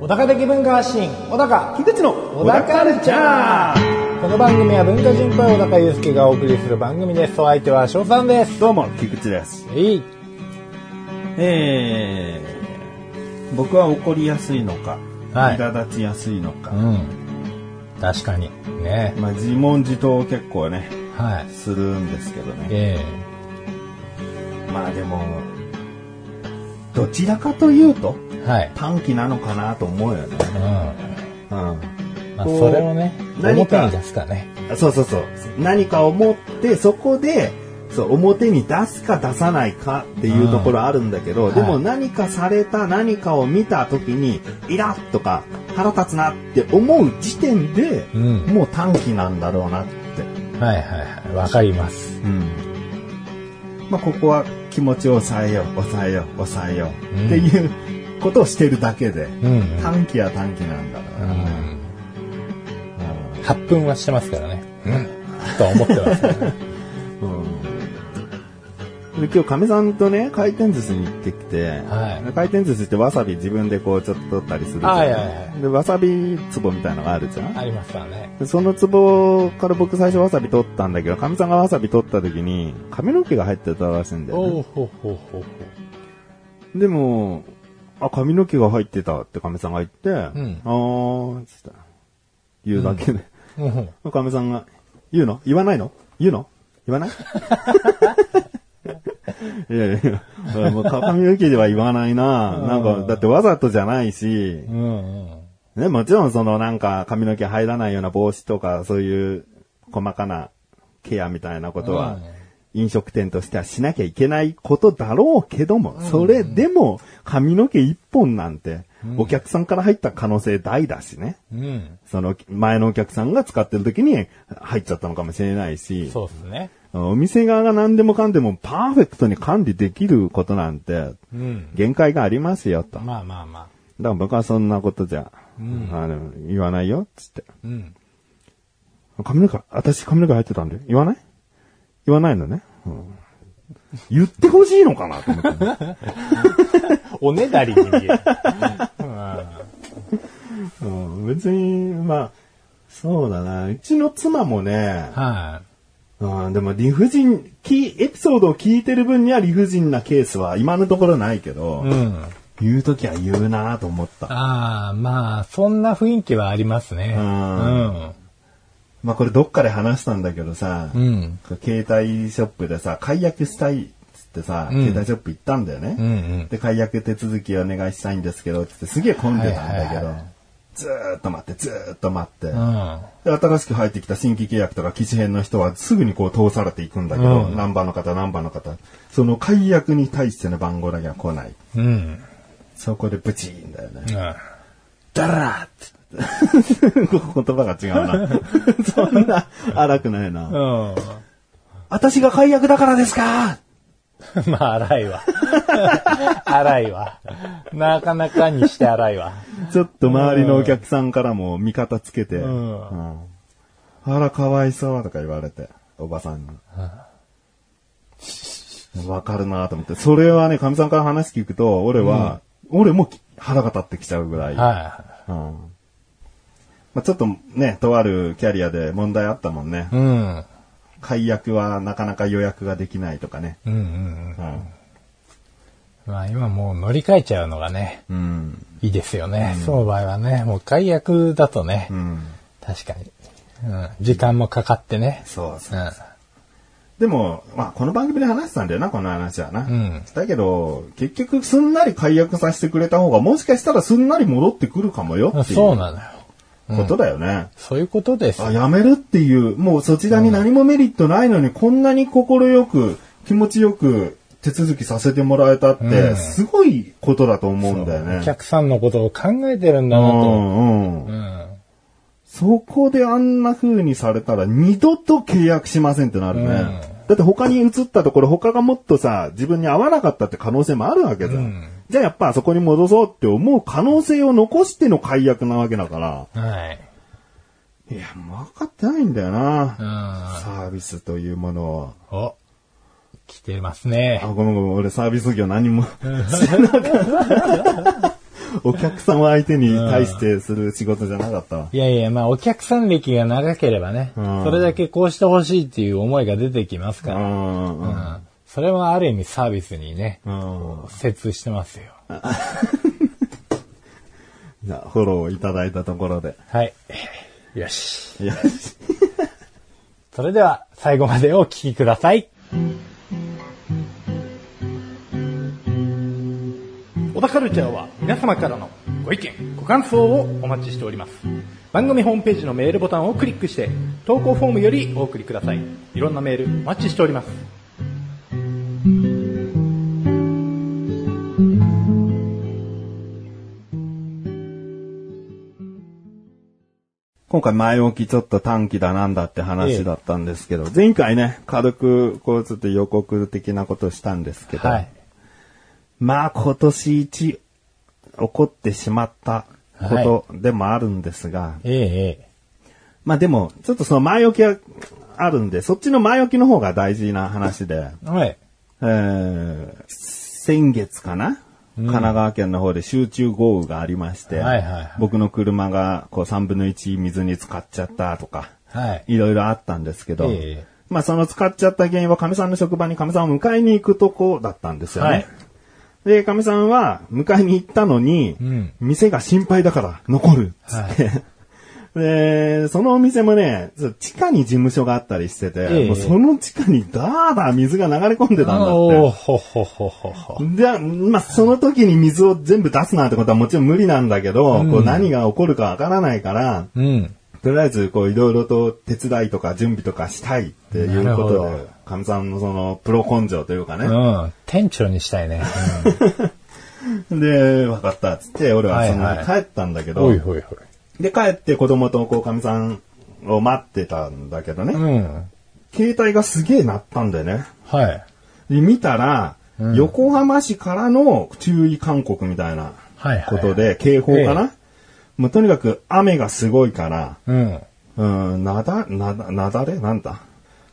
小高的文化発信小高樋口の小高カルチャーこの番組は文化人っぽい小高祐介がお送りする番組ですお相手は翔さんですどうも樋口ですえいえー、僕は怒りやすいのかはい苛立ちやすいのか、うん確かにねまあ自問自答を結構ねはいするんですけどねえまあでもどちらかというとえはい短期なのかなと思うよね、うんうん、まあこうそれをね何表かに出すかねそうそうそう何か思ってそこでそう表に出すか出さないかっていうところあるんだけど、んではもい何かされた何かを見た時にイラッとか腹立つなって思う時点で、うんもう短期なんだろうなって、はいはいはいわかりますまあ、ここは気持ちを抑えよう抑えよう抑えようっていうことをしてるだけで、うん短期は短期なんだろううな、ん発奮はしてますからねうんとは思ってます ねで今日かみさんとね回転寿司に行ってきて、はい回転寿司ってわさび自分でこうちょっと取ったりするじゃん、はいはいはでわさび壺みたいのがあるじゃん、ありますわねでその壺から僕最初わさび取ったんだけどかみさんがわさび取った時に髪の毛が入ってたらしいんだよ、おね、うほうほうほうほでもあ髪の毛が入ってたってかみさんが言って、んあーっつって言うだけで、ううんかみさんが、言うの言わないの言うの言わない いやいやいや、もう鏡受けでは言わないな。なんか、だってわざとじゃないし、うんうんね、もちろんそのなんか髪の毛入らないような帽子とかそういう細かなケアみたいなことは、飲食店としてはしなきゃいけないことだろうけども、それでも髪の毛一本なんて、お客さんから入った可能性大だしね。うんその前のお客さんが使ってる時に入っちゃったのかもしれないし、そうですねお店側が何でもかんでもパーフェクトに管理できることなんてうん限界がありますよと。だかまあまあまあら僕はそんなことじゃ、あの言わないよっつって。うん髪の毛、私髪の毛入ってたんで、言わない言わないのね。うん言ってほしいのかなと思って。 おねだりに見えるうん別に、まあ、そうだな。うちの妻もね、 はうん、でも理不尽、キーエピソードを聞いてる分には理不尽なケースは今のところないけど、いうん言うときは言うなと思った。ああ、まあ、そんな雰囲気はありますね。ううんん。まあこれどっかで話したんだけどさ、うん。携帯ショップでさ、解約したいっつってさ、うん携帯ショップ行ったんだよね。うんうんで、解約手続きお願いしたいんですけど、つってすげえ混んでたんだはいけど、はいはいずーっと待って、ずーっと待って。うん。で新しく入ってきた新規契約とか機種編の人はすぐにこう通されていくんだけど、うんナンバーの方、ナンバーの方、その解約に対しての番号だけは来ない。うん。そこでブチーンだよね。うんダラー って。言葉が違うな。 そんな荒くないな。うん。 私が解約だからですかまあ、荒いわ。 荒いわ。なかなかにして荒いわ。ちょっと周りのお客さんからも味方つけて、んうんあら、かわいそうとか言われて、おばさんに。わかるなと思って。それはね、かみさんから話聞くと、俺は、俺も腹が立ってきちゃうぐらい。はうんまあ、ちょっとね、とあるキャリアで問題あったもんね。い。うん。解約はなかなか予約ができないとかね。うんうんうん。うんまあ、今もう乗り換えちゃうのがね、うん。いいですよね。その場合はね、もう解約だとねう、ん。確かに。うん。時間もかかってね。そうそうう。ん。でも、まあ、この番組で話してたんだよな、この話はな。んだけど、結局、すんなり解約させてくれた方が、もしかしたらすんなり戻ってくるかもよっていそううなのよ。ことだよね。そういうことですあ、。やめるっていう、もうそちらに何もメリットないのに、こんなに心よく、気持ちよく手続きさせてもらえたって、うんすごいことだと思うんだよおね。客さんのことを考えてるんうだなと。んう。うんん。そこであんな風にされたら二度と契約しませんってなるうね。んだって他に移ったところ他がもっとさ、自分に合わなかったって可能性もあるわけじゃん。うんじゃあやっぱそこに戻そうって思う可能性を残しての解約なわけだから、はい。いや、もう分かってないんだよな。うん。サービスというものを。お、来てますねあ、。ごめんごめん、俺サービス業何も してなか った。お客様相手に対してする仕事じゃなかったわ。いやいや、まあお客さん歴が長ければね、うんそれだけこうしてほしいっていう思いが出てきますうから、ん。うんうんそれはある意味サービスにね、うん。精通してますよ。じゃあ、フォローをいただいたところで。はい。よし。いや、それでは最後までお聞きください。小田カルチャーは皆様からのご意見、ご感想をお待ちしております。番組ホームページのメールボタンをクリックして、投稿フォームよりお送りください。いろんなメールお待ちしております。今回前置きちょっと短期だなんだって話だったんですけど、前回ね、軽くこうちょっと予告的なことしたんですけど、はい。まあ今年一起こってしまったことでもあるんですが、ええ、えまあでも、ちょっとその前置きはあるんで、そっちの前置きの方が大事な話で、え。はい。えー、先月かな、神奈川県の方で集中豪雨がありまして、はいはいはい僕の車がこう3分の1水に浸かっちゃったとか、はい。いろいろあったんですけど、ええまあその使っちゃった原因は神さんの職場に神さんを迎えに行くとこだったんですよね。はいで、神さんは迎えに行ったのに、うん店が心配だから残るっつって、 で、そのお店もね、ちょっと地下に事務所があったりしてて、ええもうその地下にダーダー水が流れ込んでたんだおーって。ほほほほほ。じゃあ、まあ、その時に水を全部出すなんてことはもちろん無理なんだけど、こう何が起こるかわからないから、うん。とりあえず、こう、いろいろと手伝いとか準備とかしたいっていうこなるとほで、かみさんのその、プロ根性というかね。うん。店長にしたいね。で、分かったっつって、俺はそのはいはい日帰ったんだけうん ど、おいほいほい。で、帰って子供とこう、かみさんを待ってたんだけどね、うん。携帯がすげえ鳴ったんだよね。はい。で、見たら、横浜市からの注意勧告みたいなはいはいはいことで、警報かな、えもうとにかく雨がすごいから、うん。うん、なだ、なだ、なだれなんだ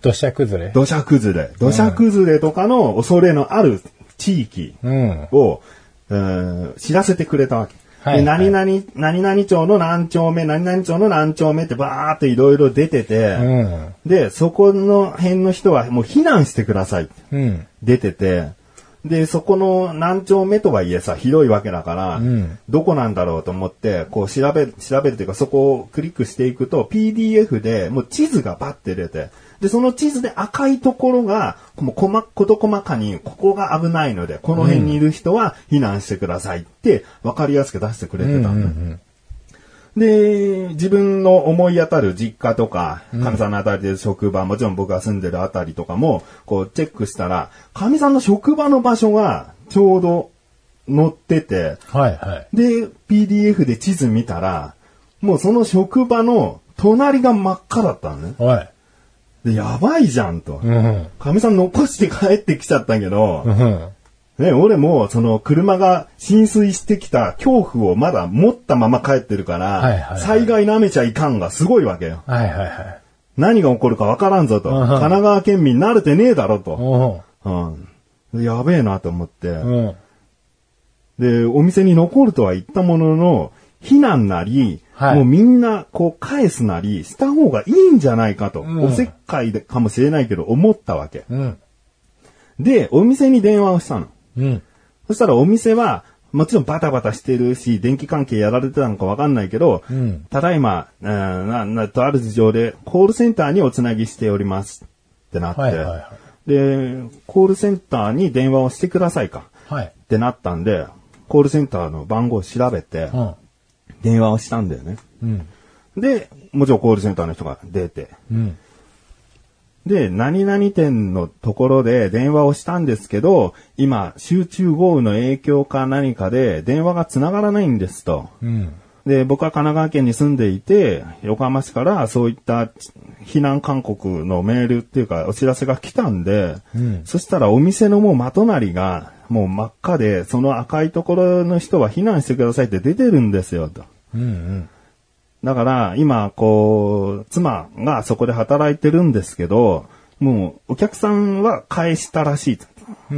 土砂崩れ土砂崩れ、土砂崩れとかの恐れのある地域うん。を、うん知らせてくれたわけ。はいではい何々、何々町の何丁目、何々町の何丁目ってバーっていろいろ出てうて、ん。で、そこの辺の人はもう避難してくださいってうん。出てて、で、そこの何丁目とはいえさ、広いわけだから、んどこなんだろうと思って、こう調べる、調べるというか、そこをクリックしていくと、PDF でもう地図がバッて出て、で、その地図で赤いところが、もう細、こと細かに、ここが危ないので、この辺にいる人は避難してくださいって、わかりやすく出してくれてたんだよで、自分の思い当たる実家とか、神さんの当たりで職場、もちろん僕が住んでるあたりとかも、こうチェックしたら、神さんの職場の場所がちょうど載ってて、はいはい。で、PDF で地図見たら、もうその職場の隣が真っ赤だったのね。おい。で、やばいじゃんと。うん。神さん残して帰ってきちゃったけど、うん。ね、俺も、その、車が浸水してきた恐怖をまだ持ったまま帰ってるから、はいはいはい災害舐めちゃいかんがすごいわけよ。はいはいはい。何が起こるかわからんぞと。うんうん神奈川県民慣れてねえだろと。おうん。やべえなと思って、ううん。で、お店に残るとは言ったものの、避難なり、はいもうみんな、こう、返すなり、した方がいいんじゃないかと、んおせっかいでかもしれないけど、思ったわけ。うん。で、お店に電話をしたの。うん。そしたらお店は、もちろんバタバタしてるし、電気関係やられてたのかわかんないけど、うんただいま、うんななとある事情で、コールセンターにおつなぎしておりますってなって、はいはいはで、コールセンターに電話をしてくださいかはい。ってなったんで、コールセンターの番号を調べてう、ん。電話をしたんだよね。うん。で、もちろんコールセンターの人が出て、うん。で、何々店のところで電話をしたんですけど、今、集中豪雨の影響か何かで電話が繋がらないんですと。うん。で、僕は神奈川県に住んでいて、横浜市からそういった避難勧告のメールっていうかお知らせが来たんで、うんそしたらお店のもうまとなりが、もう真っ赤で、その赤いところの人は避難してくださいって出てるんですよ、と。うん。だから、今、こう、妻がそこで働いてるんですけど、もう、お客さんは返したらしい。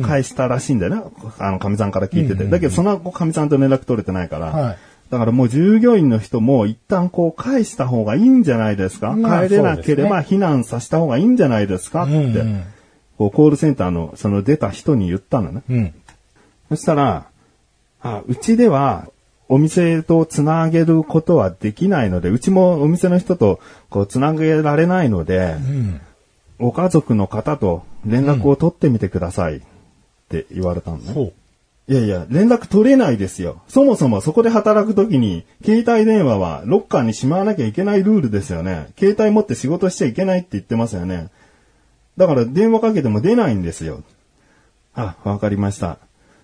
返したらしいんだよな、あの、かみさんから聞いてて。だけど、その後、かみさんと連絡取れてないから。はいだからもう従業員の人も一旦こう返した方がいいんじゃないですか、まあ帰れなければ避難させた方がいいんじゃないですかって、うんうんこうコールセンターのその出た人に言ったのね。うん。そしたら、あうちでは、お店とつなげることはできないので、うちもお店の人とこうつなげられないので、うん。ご家族の方と連絡を取ってみてくださいって言われたのね。そう。いやいや、連絡取れないですよ。そもそもそこで働くときに、携帯電話はロッカーにしまわなきゃいけないルールですよね。携帯持って仕事しちゃいけないって言ってますよね。だから電話かけても出ないんですよ。あ、わかりました。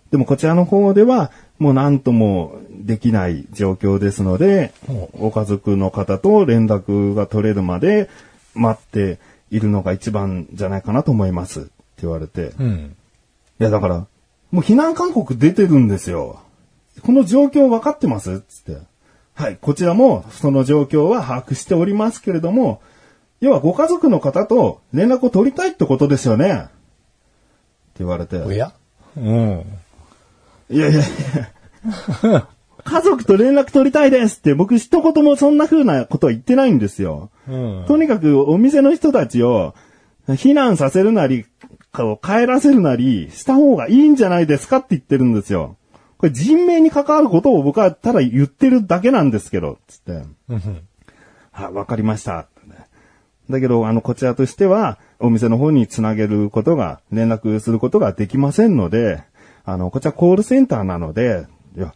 でもこちらの方では、もう何ともできない状況ですので、ご家族の方と連絡が取れるまで待っているのが一番じゃないかなと思います。って言われて、うん。いや、だから、もう避難勧告出てるんですよ。この状況分かってますつって。はい、こちらもその状況は把握しておりますけれども、要はご家族の方と連絡を取りたいってことですよねって言われて。おやうん。いやいやいや。 家族と連絡取りたいですって僕一言もそんな風なことは言ってないんですよ。うん。とにかくお店の人たちを避難させるなり、こう帰らせるなりした方がいいんじゃないですかって言ってるんですよ。これ人命に関わることを僕はただ言ってるだけなんですけど、つって。うん。あ、わかりました。だけど、あの、こちらとしては、お店の方につなげることが、連絡することができませんので、あの、こちらコールセンターなので、いや、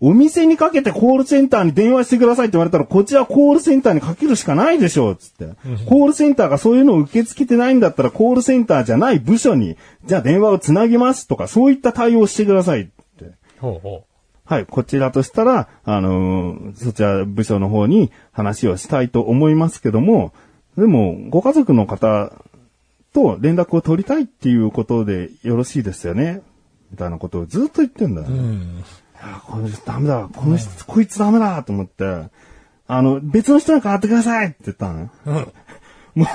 お店にかけてコールセンターに電話してくださいって言われたら、こちらコールセンターにかけるしかないでしょう、つって。コールセンターがそういうのを受け付けてないんだったら、コールセンターじゃない部署に、じゃあ電話をつなぎますとか、そういった対応をしてくださいって。ほうほはい、こちらとしたら、あのーそちら部署の方に話をしたいと思いますけども、でも、ご家族の方と連絡を取りたいっていうことでよろしいですよねみたいなことをずっと言ってんだよね。う。うん。あこの人ダメだ、この人、こいつダメだと思って、あの、別の人に代わってくださいって言ったの。も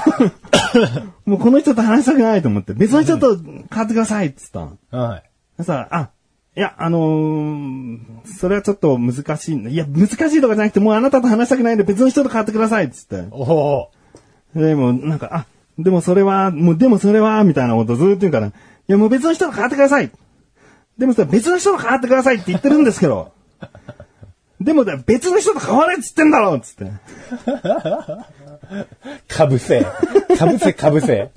う、もうこの人と話したくないと思って、別の人と代わってくださいって言ったの。はい。さ、あ、いや、あのーそれはちょっと難しいんだ。いや、難しいとかじゃなくて、もうあなたと話したくないんで別の人と変わってくださいっつって。おほでも、なんか、あ、でもそれは、もうでもそれは、みたいなことずっと言うから、いや、もう別の人と変わってくださいでもさ、別の人と変わってくださいって言ってるんですけど、でもだ別の人と変われっつってんだろっつって。かぶせ。かぶせかぶせ。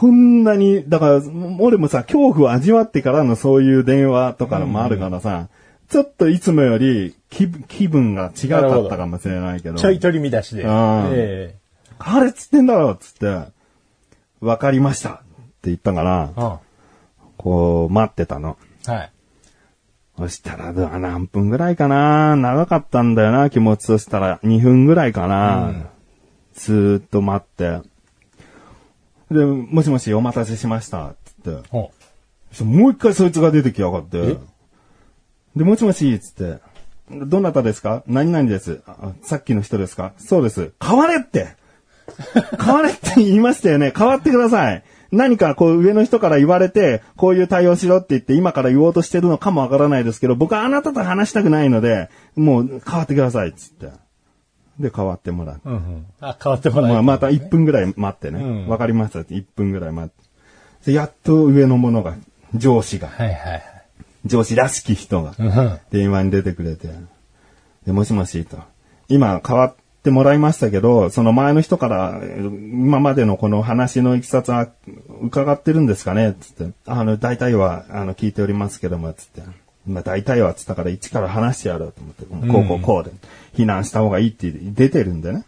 こんなに、だから、俺もさ、恐怖を味わってからのそういう電話とかもあるからさ、ちょっといつもより気分気分が違かったかもしれないけど、ちょい取り乱しで。あーえあれっつってんだろっつって、わかりましたって言ったからえ。、はこう、待ってたの。い。そしたら、うわ何分ぐらいかな長かったんだよな、気持ちとしたら。2分ぐらいかな、ずーっと待って。で、もしもし、お待たせしました。っつって。ほそしたらもう一回そいつが出てきやがっえて。で、もしもし、つって。どなたですか何々です。あさっきの人ですかそうです。変われって変われって言いましたよね。変わってください。何かこう上の人から言われて、こういう対応しろって言って今から言おうとしてるのかもわからないですけど、僕はあなたと話したくないので、もう変わってください、つって。で、変わってもらってう。うんうん。あ、変わってもらえまあ、るまた1分ぐらい待ってね。んわ、かりましたって1分ぐらい待って。でやっと上の者が、上司が、はいはい上司らしき人が、はい。電話に出てくれて、で、もしもしと。今変わってもらいましたけど、その前の人から、えー今までのこの話のいきさつは伺ってるんですかねつって。あの、大体は、あの、聞いておりますけども、つって。まあ、大体は、つったから一から話してやろうと思って、こうこうこうで、避難した方がいいって出てるんでね。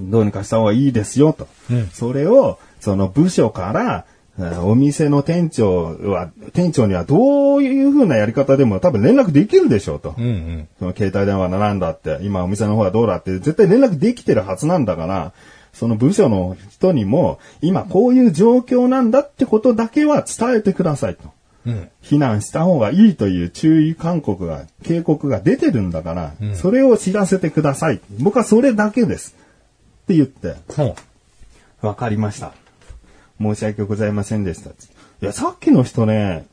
どうにかした方がいいですよ、と。うんそれを、その部署から、えーお店の店長は、店長にはどういう風なやり方でも多分連絡できるでしょうと。うんうん。その携帯電話ならんだって、今お店の方はどうだって、絶対連絡できてるはずなんだから、その部署の人にも、今こういう状況なんだってことだけは伝えてくださいと。うん。避難した方がいいという注意勧告が、警告が出てるんだから、んそれを知らせてください。僕はそれだけです。って言って、うん。わかりました。申し訳ございませんでした。いや、さっきの人ね、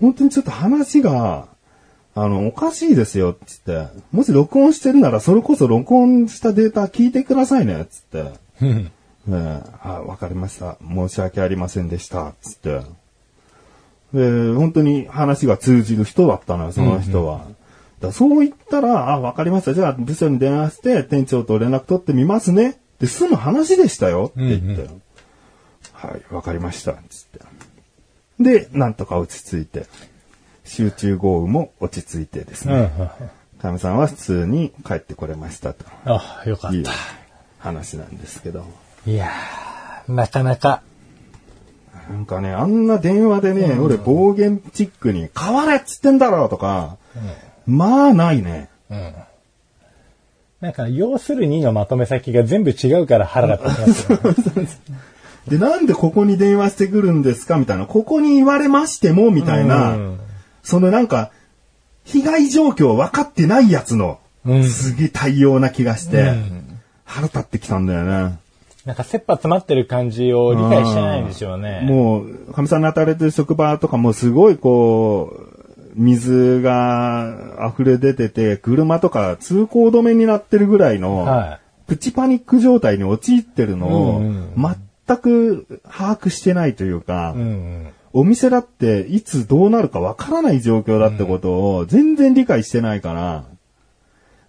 本当にちょっと話が、あの、おかしいですよ、つって。もし録音してるなら、それこそ録音したデータ聞いてくださいね、つって。うん。ええあ、わかりました。申し訳ありませんでした、つって。で、本当に話が通じる人だったのよ、その人は。だそう言ったら、あ、わかりました。じゃあ、部署に電話して、店長と連絡取ってみますね。って、済む話でしたよ、って言って。うはい、わかりました、つって。で、なんとか落ち着いて。集中豪雨も落ち着いてですうん。うね。んか、み、さんは普通に帰ってこれましたと。あ、よかっいう話なんですけど。た。いやー、なかなか。なんかね、あんな電話でね、俺暴言チックに、変われっつってんだろとか、まあないね。うん。なんか、要するにのまとめ先が全部違うから腹が立ちますよね。で、なんでここに電話してくるんですかみたいな、ここに言われましても、みたいな、うんそのなんか、被害状況分かってないやつの、うんすげえ対応な気がして、うん腹立ってきたんだよね。なんか、切羽詰まってる感じを理解してないんでしょうね。もう、かみさんの働いてる職場とかもすごいこう、水が溢れ出てて、車とか通行止めになってるぐらいの、はプチパニック状態に陥ってるのを、うん全く把握してないというか、い。うんお店だっていつどうなるかわからない状況だってことを全然理解してないから、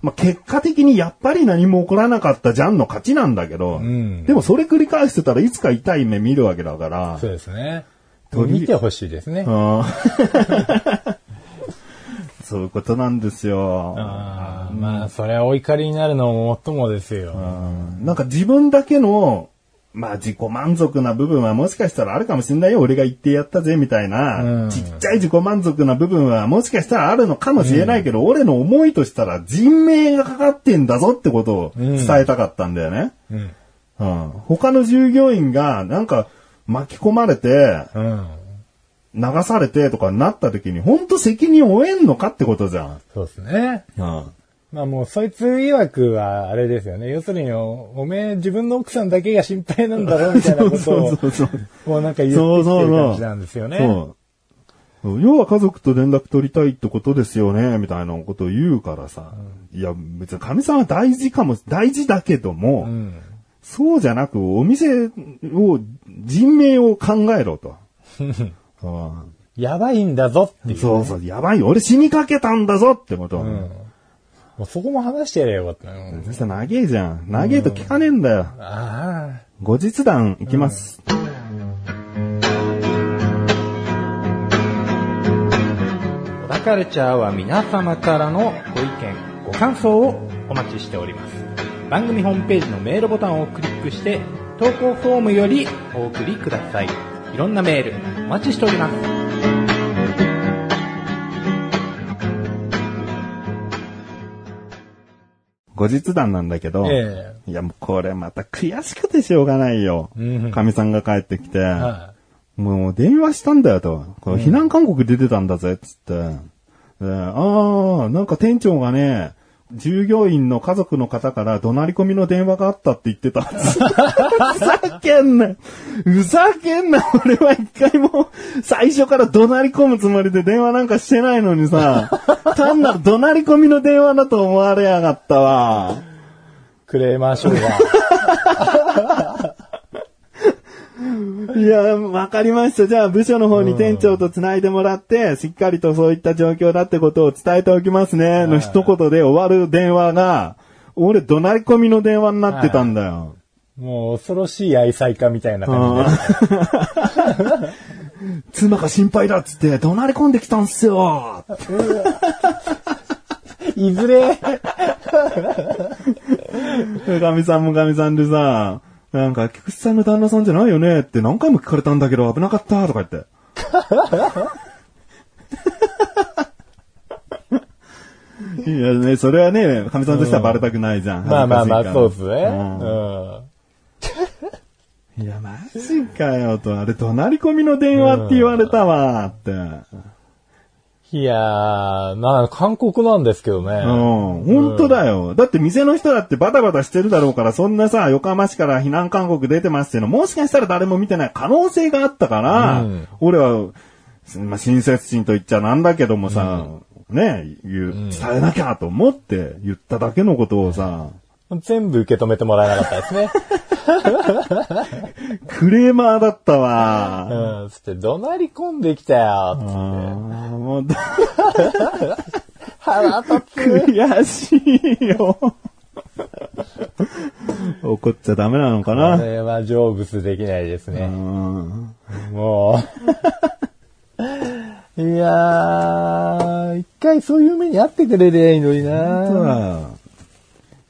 まあ、結果的にやっぱり何も起こらなかったじゃんの勝ちなんだけど、んでもそれ繰り返してたらいつか痛い目見るわけだかうらん。、そうですね。とり見てほしいですね。あー そういうことなんですよ。ああ、まあ、それはお怒りになるのも最もですよ。うんなんか自分だけの、まあ自己満足な部分はもしかしたらあるかもしれないよ。俺が言ってやったぜ、みたいな、うんちっちゃい自己満足な部分はもしかしたらあるのかもしれないけど、俺の思いとしたら人命がかかってんだぞってことを伝えたかったんだよね。うん。うん他の従業員がなんか巻き込まれて、うん。流されてとかになった時に、ほんと責任を負えんのかってことじゃん。そうですね。うんまあもう、そいつ曰くは、あれですよね。要するにお、おめえ自分の奥さんだけが心配なんだろうみたいなことを、 そうそうそうもうなんか言ってきてる感じなんですよね。そう。要は家族と連絡取りたいってことですよね、みたいなことを言うからさ。いや、別に神さんは大事かも、大事だけども、うん。そうじゃなく、お店を、人命を考え ろと。うんやばいんだぞっていう。そうそう、やばいよ、俺死にかけたんだぞってこと。もうそこも話してやればよかったなうんそしたら長えじゃん。長えと聞かねえんだよ。ああ。後日談いきます。小田カルチャーは皆様からのご意見、ご感想をお待ちしております。番組ホームページのメールボタンをクリックして、投稿フォームよりお送りください。いろんなメールお待ちしております。後日談なんだけど、えいや、もうこれまた悔しくてしょうがないよ。うんかみさんが帰ってきて、えはもう電話したんだよと。これ避難勧告出てたんだぜ、つって。でああ、なんか店長がね、従業員の家族の方から怒鳴り込みの電話があったって言ってた。つってふざけんなふざけんな俺は一回も最初から怒鳴り込むつもりで電話なんかしてないのにさ、単なる怒鳴り込みの電話だと思われやがったわ。いクレーマーショーが。 いや、わかりました。じゃあ、部署の方に店長と繋いでもらって、しっかりとそういった状況だってことを伝えておきますね、の一言で終わる電話が、俺、怒鳴り込みの電話になってたんだよ。もう恐ろしい愛妻家みたいな感じで。うん妻が心配だっつって、怒鳴り込んできたんすよいずれ、かみさんもかみさんでさ、なんか、菊池さんの旦那さんじゃないよねって何回も聞かれたんだけど危なかったとか言って。いやね、それはね、かみさんとしてはバレたくないじゃん。まあまあまあ、恥そうずでかすしいかね。らううんん。いや、マジかよと、あれ、怒鳴り込みの電話って言われたわ、って。ういやー、まあ、韓国なんですけどね。ん、本当だよ。だって店の人だってバタバタしてるだろうから、そんなさ、横浜市から避難勧告出てますっていうの、もしかしたら誰も見てない可能性があったから、うん俺は、すまあ、親切心と言っちゃなんだけどもさ、ね、言う、伝えなきゃと思って言っただけのことをさ、全部受け止めてもらえなかったですね。クレーマーだったわ。うん、つって、怒鳴り込んできたよ、つっあて。ーもう、腹立つ。悔しいよ。怒っちゃダメなのか こな。れは成仏できないですうね。んもう。 いやー、一回そういう目にあってくれりゃいいのになさあ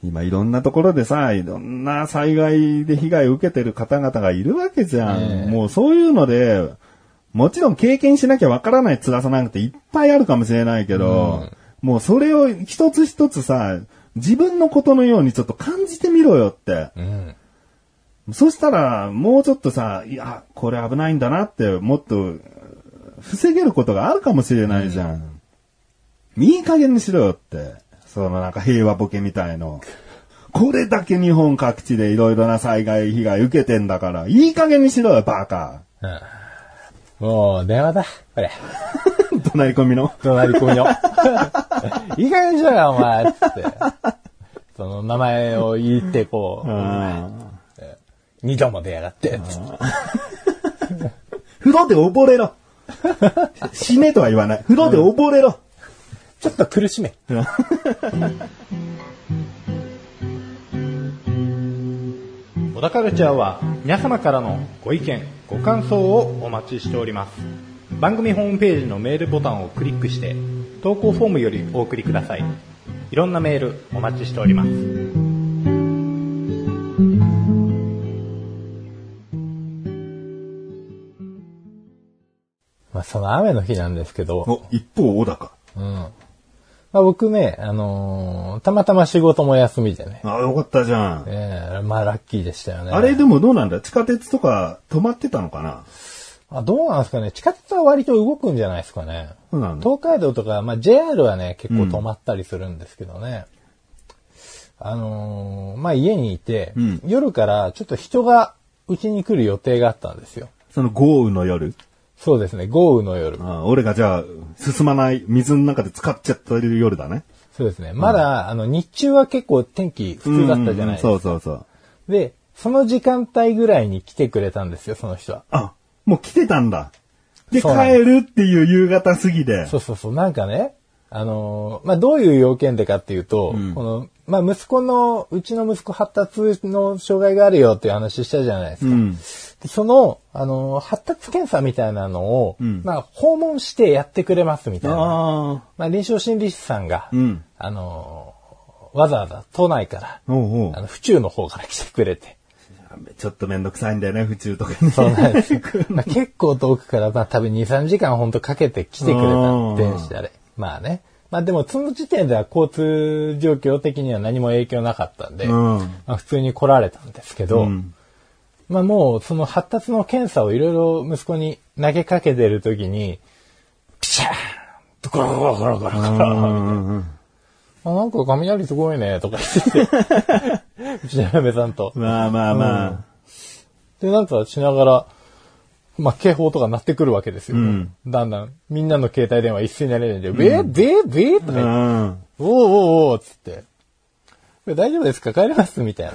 今いろんなところでさ、いろんな災害で被害を受けてる方々がいるわけじゃん。ええもうそういうので、もちろん経験しなきゃわからない辛さなんていっぱいあるかもしれないけど、もうそれを一つ一つさ、自分のことのようにちょっと感じてみろよって。うん。そしたら、もうちょっとさ、いや、これ危ないんだなって、もっと、防げることがあるかもしれないじゃん。いい加減にしろよって。そのなんか平和ボケみたいの。これだけ日本各地でいろいろな災害被害受けてんだから、いい加減にしろよ、バカ。 もう、電話だ、これ。怒鳴り込みの。怒鳴り込みよ。 いい加減にしろよ、お前、つって。その名前を言って、こう、うん二度も出やがって、つって。 風呂で溺れろ。死ねとは言わない。風呂で溺れろ。ちょっと苦しめ。小田カルチャーは皆様からのご意見、ご感想をお待ちしております。番組ホームページのメールボタンをクリックして、投稿フォームよりお送りください。いろんなメールお待ちしております。まあ、その雨の日なんですけど、お、一方、小高。うん。まあ、僕ね、あのーたまたま仕事も休みでね。あ、よかったじゃん。ええまあ、ラッキーでしたよね。あれでもどうなんだ地下鉄とか止まってたのかなあどうなんですかね地下鉄は割と動くんじゃないですかね。そうなんだ東海道とか、まあ、JR はね、結構止まったりするんですけどね。あのーまあ、家にいて、うん夜からちょっと人がうちに来る予定があったんですよ。その豪雨の夜。そうですね、豪雨の夜。あ俺がじゃあ、進まない、水の中で使っちゃってる夜だね。そうですね。まだ、あの、日中は結構天気普通だったじゃないですか。うんうんそうそうそう。で、その時間帯ぐらいに来てくれたんですよ、その人は。あ、もう来てたんだ。で、そうなんだ帰るっていう夕方過ぎで。そうそうそう、なんかね、あのーまあ、どういう要件でかっていうと、この、まあ、息子の、うちの息子発達の障害があるよっていう話したじゃないですか。うん。でその、あのー発達検査みたいなのを、んまあ、訪問してやってくれますみたいな。ああ。まあ、臨床心理士さんが、うんあのーわざわざ都内から、おうおあうの、府中の方から来てくれて。ちょっとめんどくさいんだよね、府中とかに。 そうなんですよ。まあ、結構遠くから、まあ多分2、3時間ほんとかけて来てくれたうん電車で。まあね。まあでも、その時点では交通状況的には何も影響なかったんで、うんまあ、普通に来られたんですけど、んまあもうその発達の検査をいろいろ息子に投げかけてる時に、ピシャーンドコロゴロゴロゴロゴロゴロうんうんうん。あ、なんか雷すごいね、とか言ってて、 うちの嫁さんと。まあまあまあ。で、なんかしながら、まあ、警報とか鳴ってくるわけですよ。うんだんだん、みんなの携帯電話一斉になれるんで、ウェー、で、ウェーとかう言って、ん。おうおうおう、つって。これ大丈夫ですか帰れますみたいな。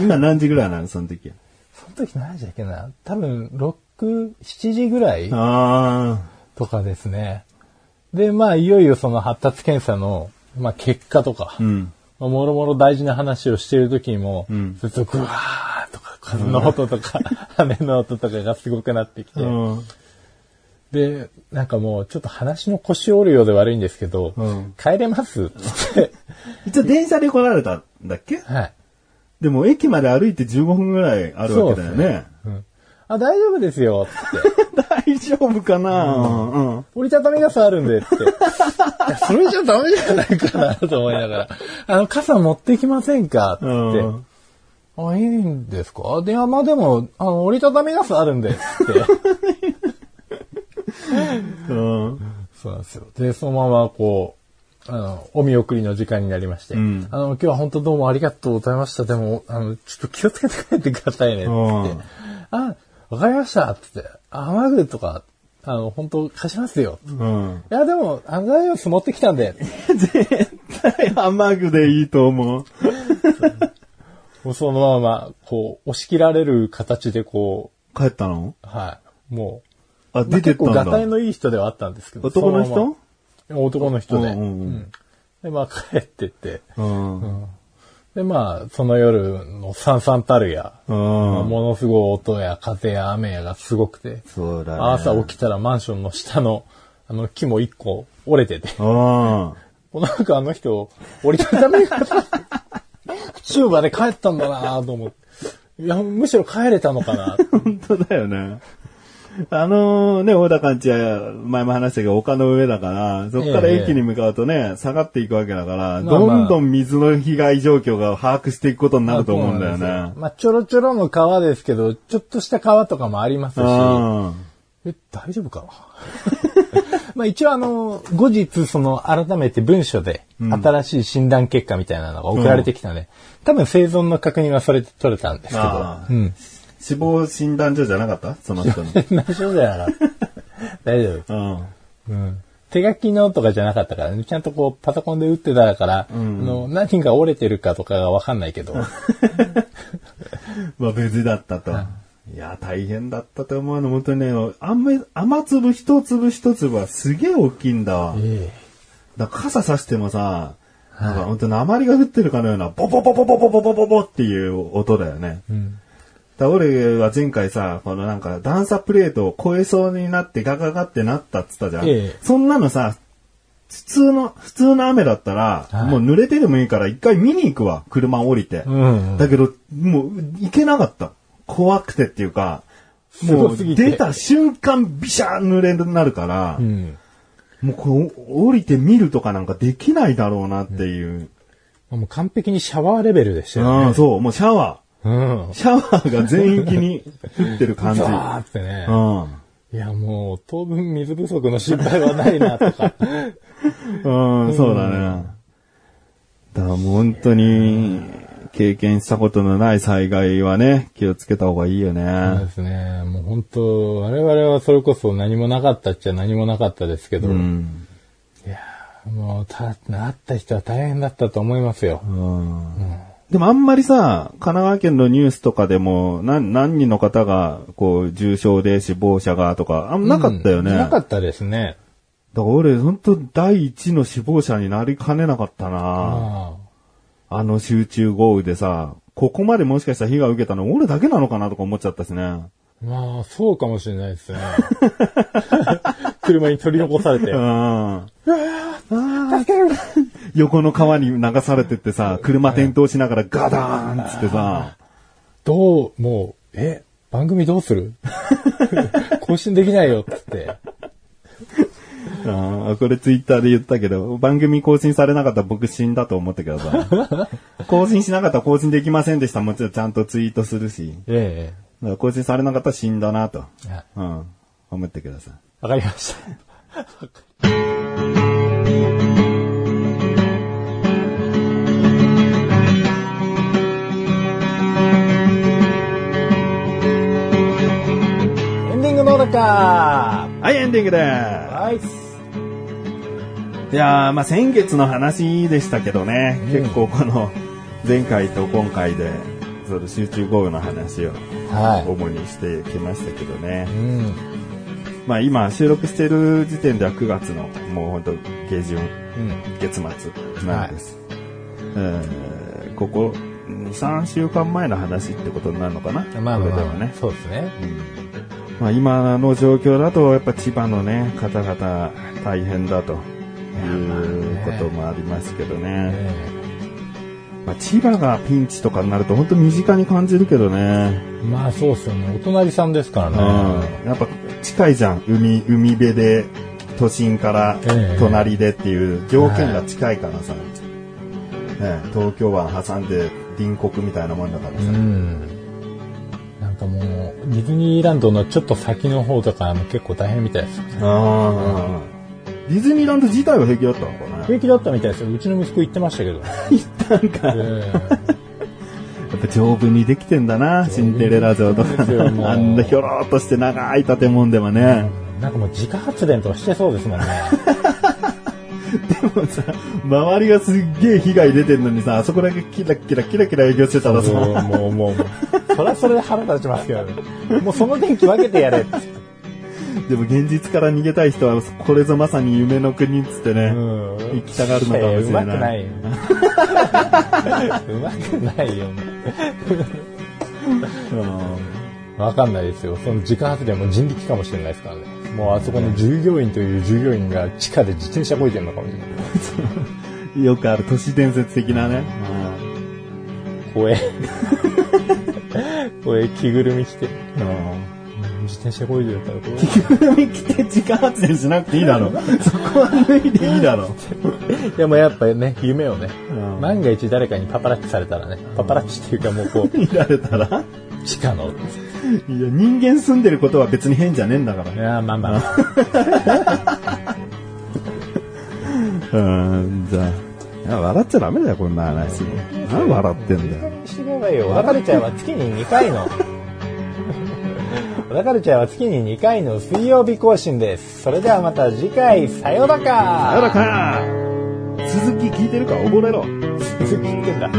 今何時ぐらいなの、その時。その時何時だっけな多分、6、7時ぐらいあとかですね。で、まあ、いよいよその発達検査の、まあ、結果とか、あ。うん。まあもろもろ大事な話をしている時にも、んずっとグワーとか、風の音と か、雨の音とかがすごくなってきて、うん。で、なんかもう、ちょっと話の腰折るようで悪いんですけど、うん帰れます つって、一応電車で来られたんだっけはい。でも駅まで歩いて15分ぐらいあるわけだよそうね。うんあ、大丈夫ですよ、つって。 大丈夫かな、うんうん、折りたたみ傘あるんで、つって。いやそれじゃダメじゃないかな、と思いながら。あの、傘持ってきませんかつって。うんあ、いいんですかで、あまあでも、あの、折りたたみナスあるんですって。うん。そうなんですよ。で、そのまま、こう、あの、お見送りの時間になりまして、んあの、今日は本当どうもありがとうございました。でも、あの、ちょっと気をつけて帰ってくださいね、って言ってうんあ、わかりました、って言って、雨具とか、あの、本当貸しますよ。うん。 いや、でも、アンガーユース持ってきたんで、絶対甘くでいいと思う。もうそのまま、こう、押し切られる形で、こ帰ったのう、はい。もあ、う、まあ出てった結んだ。構、がたいのいい人ではあったんですけど。男その人まま男の人で。うんうんうんうんで、まあ、帰ってって。うん。で、まあ、その夜のさんさんたるや、まあうん。ものすごい音や風や雨やがすごくて、そうだね。朝起きたらマンションの下の、あの、木も一個折れて て、うん。なんかあの人、折りたた み方、チューバで帰ったんだなと思って。いや、むしろ帰れたのかな。本当だよね。あのね、小高んちは前も話したけど丘の上だから、そこからええ駅に向かうとね、下がっていくわけだから、まあまどあんどん水の被害状況が把握していくことになると思うん だよそうなんでねす。まあ、ちょろちょろの川ですけど、ちょっとした川とかもありますし、うん。え、大丈夫かな まあ一応あの、後日その改めて文書で新しい診断結果みたいなのが送られてきたので、多分生存の確認はそれで取れたんですけど あ、うーん。死亡診断所じゃなかったその 人の。大丈夫だよな。大丈夫。うん。うん手書きのとかじゃなかったからね、ちゃんとこうパソコンで打ってたから、あの何が折れてるかとかがわかんないけど、まあ無事だったと。いや、大変だったと思うの。本当にね、あんま、雨粒一粒一粒はすげえ大きいんだわ。えだから傘さしてもさ、なんか本当鉛が降ってるかのような、ボボボボボボボボボボっていう音だよね。だから俺は前回さ、このなんか段差プレートを超えそうになってガガガってなったっつったじゃん。ええそんなのさ、普通の、普通の雨だったら、はいもう濡れてでもいいから一回見に行くわ、車降りて。うんうんだけど、もう行けなかった。怖くてっていうか、すもごうすぎて出た瞬間ビシャー濡れになるから、うん、もうこう、降りて見るとかなんかできないだろうなっていう。もう完璧にシャワーレベルでしたようねん、。そう、もうシャワうんー。。シャワーが全域に降ってる感 じ。ザうーってね。ん。いや、もう、当分水不足の心配はないな、とか。うん、そうだね。だからもう本当に、経験したことのない災害はね、気をつけた方がいいよそうねで。すね。もう本当、我々はそれこそ何もなかったっちゃ何もなかったですけど、うん。もう、た、なった人は大変だったと思いますよ。うんでもあんまりさ、神奈川県のニュースとかでも、何、何人の方が、こう、重症で死亡者がとか、あんまなかったよね。うんなかったですね。だから俺、本当第一の死亡者になりかねなかったなああの集中豪雨でさ、ここまでもしかしたら被害受けたの俺だけなのかなとか思っちゃったしね。あまあ、そうかもしれないですね。 車に取り残されてう。ん。横の川に流されてってさ、車転倒しながらガダーンっつってさ、どう、もう、え、番組どうす る更新できないよ、つって。うんこれツイッターで言ったけど、番組更新されなかったら僕死んだと思ったけどさ、 更新しなかったら更新できませんでした。もちろんちゃんとツイートするし、えだから更新されなかったら死んだなと。え。あうん。思ってください。わかりました。エンディングの中ははい、エンディングでーい。す。いやー、まあ先月の話でしたけどね、うん結構この前回と今回で、その集中豪雨の話をは主にしてきましたけどい。ねう。ん。まあ今収録してる時点では9月のもうほんと下旬、うん。月末なんです。えーここ2、3週間前の話ってことになるのかなまあまあこれでまはあねね。。そうですね。まあ、今の状況だと、やっぱ千葉のね、方々大変だということもありますけどね。えまあ、千葉がピンチとかになると本当身近に感じるけどえね。まあそうっすよね。お隣さんですかうん。らね。やっぱ近いじゃん。海、海辺で、都心からええ隣でっていう条件が近いからさ。ね東京湾挟んで隣国みたいなもんだからさ。うん。なんかもう、ディズニーランドのちょっと先の方とかも結構大変みたいです。ああ。ディズニーランド自体は平気だったのかなや平気だったみたいですよ。うちの息子行ってましたけど。っ行ったんか。ぱ丈夫にできてんだな、シンデレラ城と丈夫か。ですよもうあんなひょろーっとして長い建物ではね。 なんかもう自家発電とかしてそうですもんね。でもさ、周りがすっげえ被害出てんのにさ、あそこだけキラキラキラキラ営業してたらさ、もう、もう、もう。それはそれで腹立ちますけどね。もうその電気分けてやれっつって。でも現実から逃げたい人は、これぞまさに夢の国っつってね、うん行きたがるのかもしれない。いやうまくない。うまくないよ。もうんうわかんないですよ。その自家発電も人力かもしれないですからね。もうあそこの従業員という従業員が地下で自転車こいてるのかもしれない。よくある都市伝説的なね。怖え。 怖え、着ぐるみ着て。うんうん自転車こいでたら怖い。着ぐるみ着て時間発電しなくていいだろ。 そこは脱いでいいだろ。でもやっぱね、夢をね、うん万が一誰かにパパラッチされたらね、パパラッチっていうかもうこ見られたらいや、 う、地下の、い人間住んでることは別に変じゃねえんだからね。やーまあまあ、うん、じゃあ。いや笑っちゃダメだよ、こんな話。何笑ってんだよ。してくればいいよ。小田カルチャーは月に2回 の、小田カルチャーは月に2回の水曜日更新です。それではまた次回、さよならかあらか続き聞いてるか溺れろ。 続きってんだ。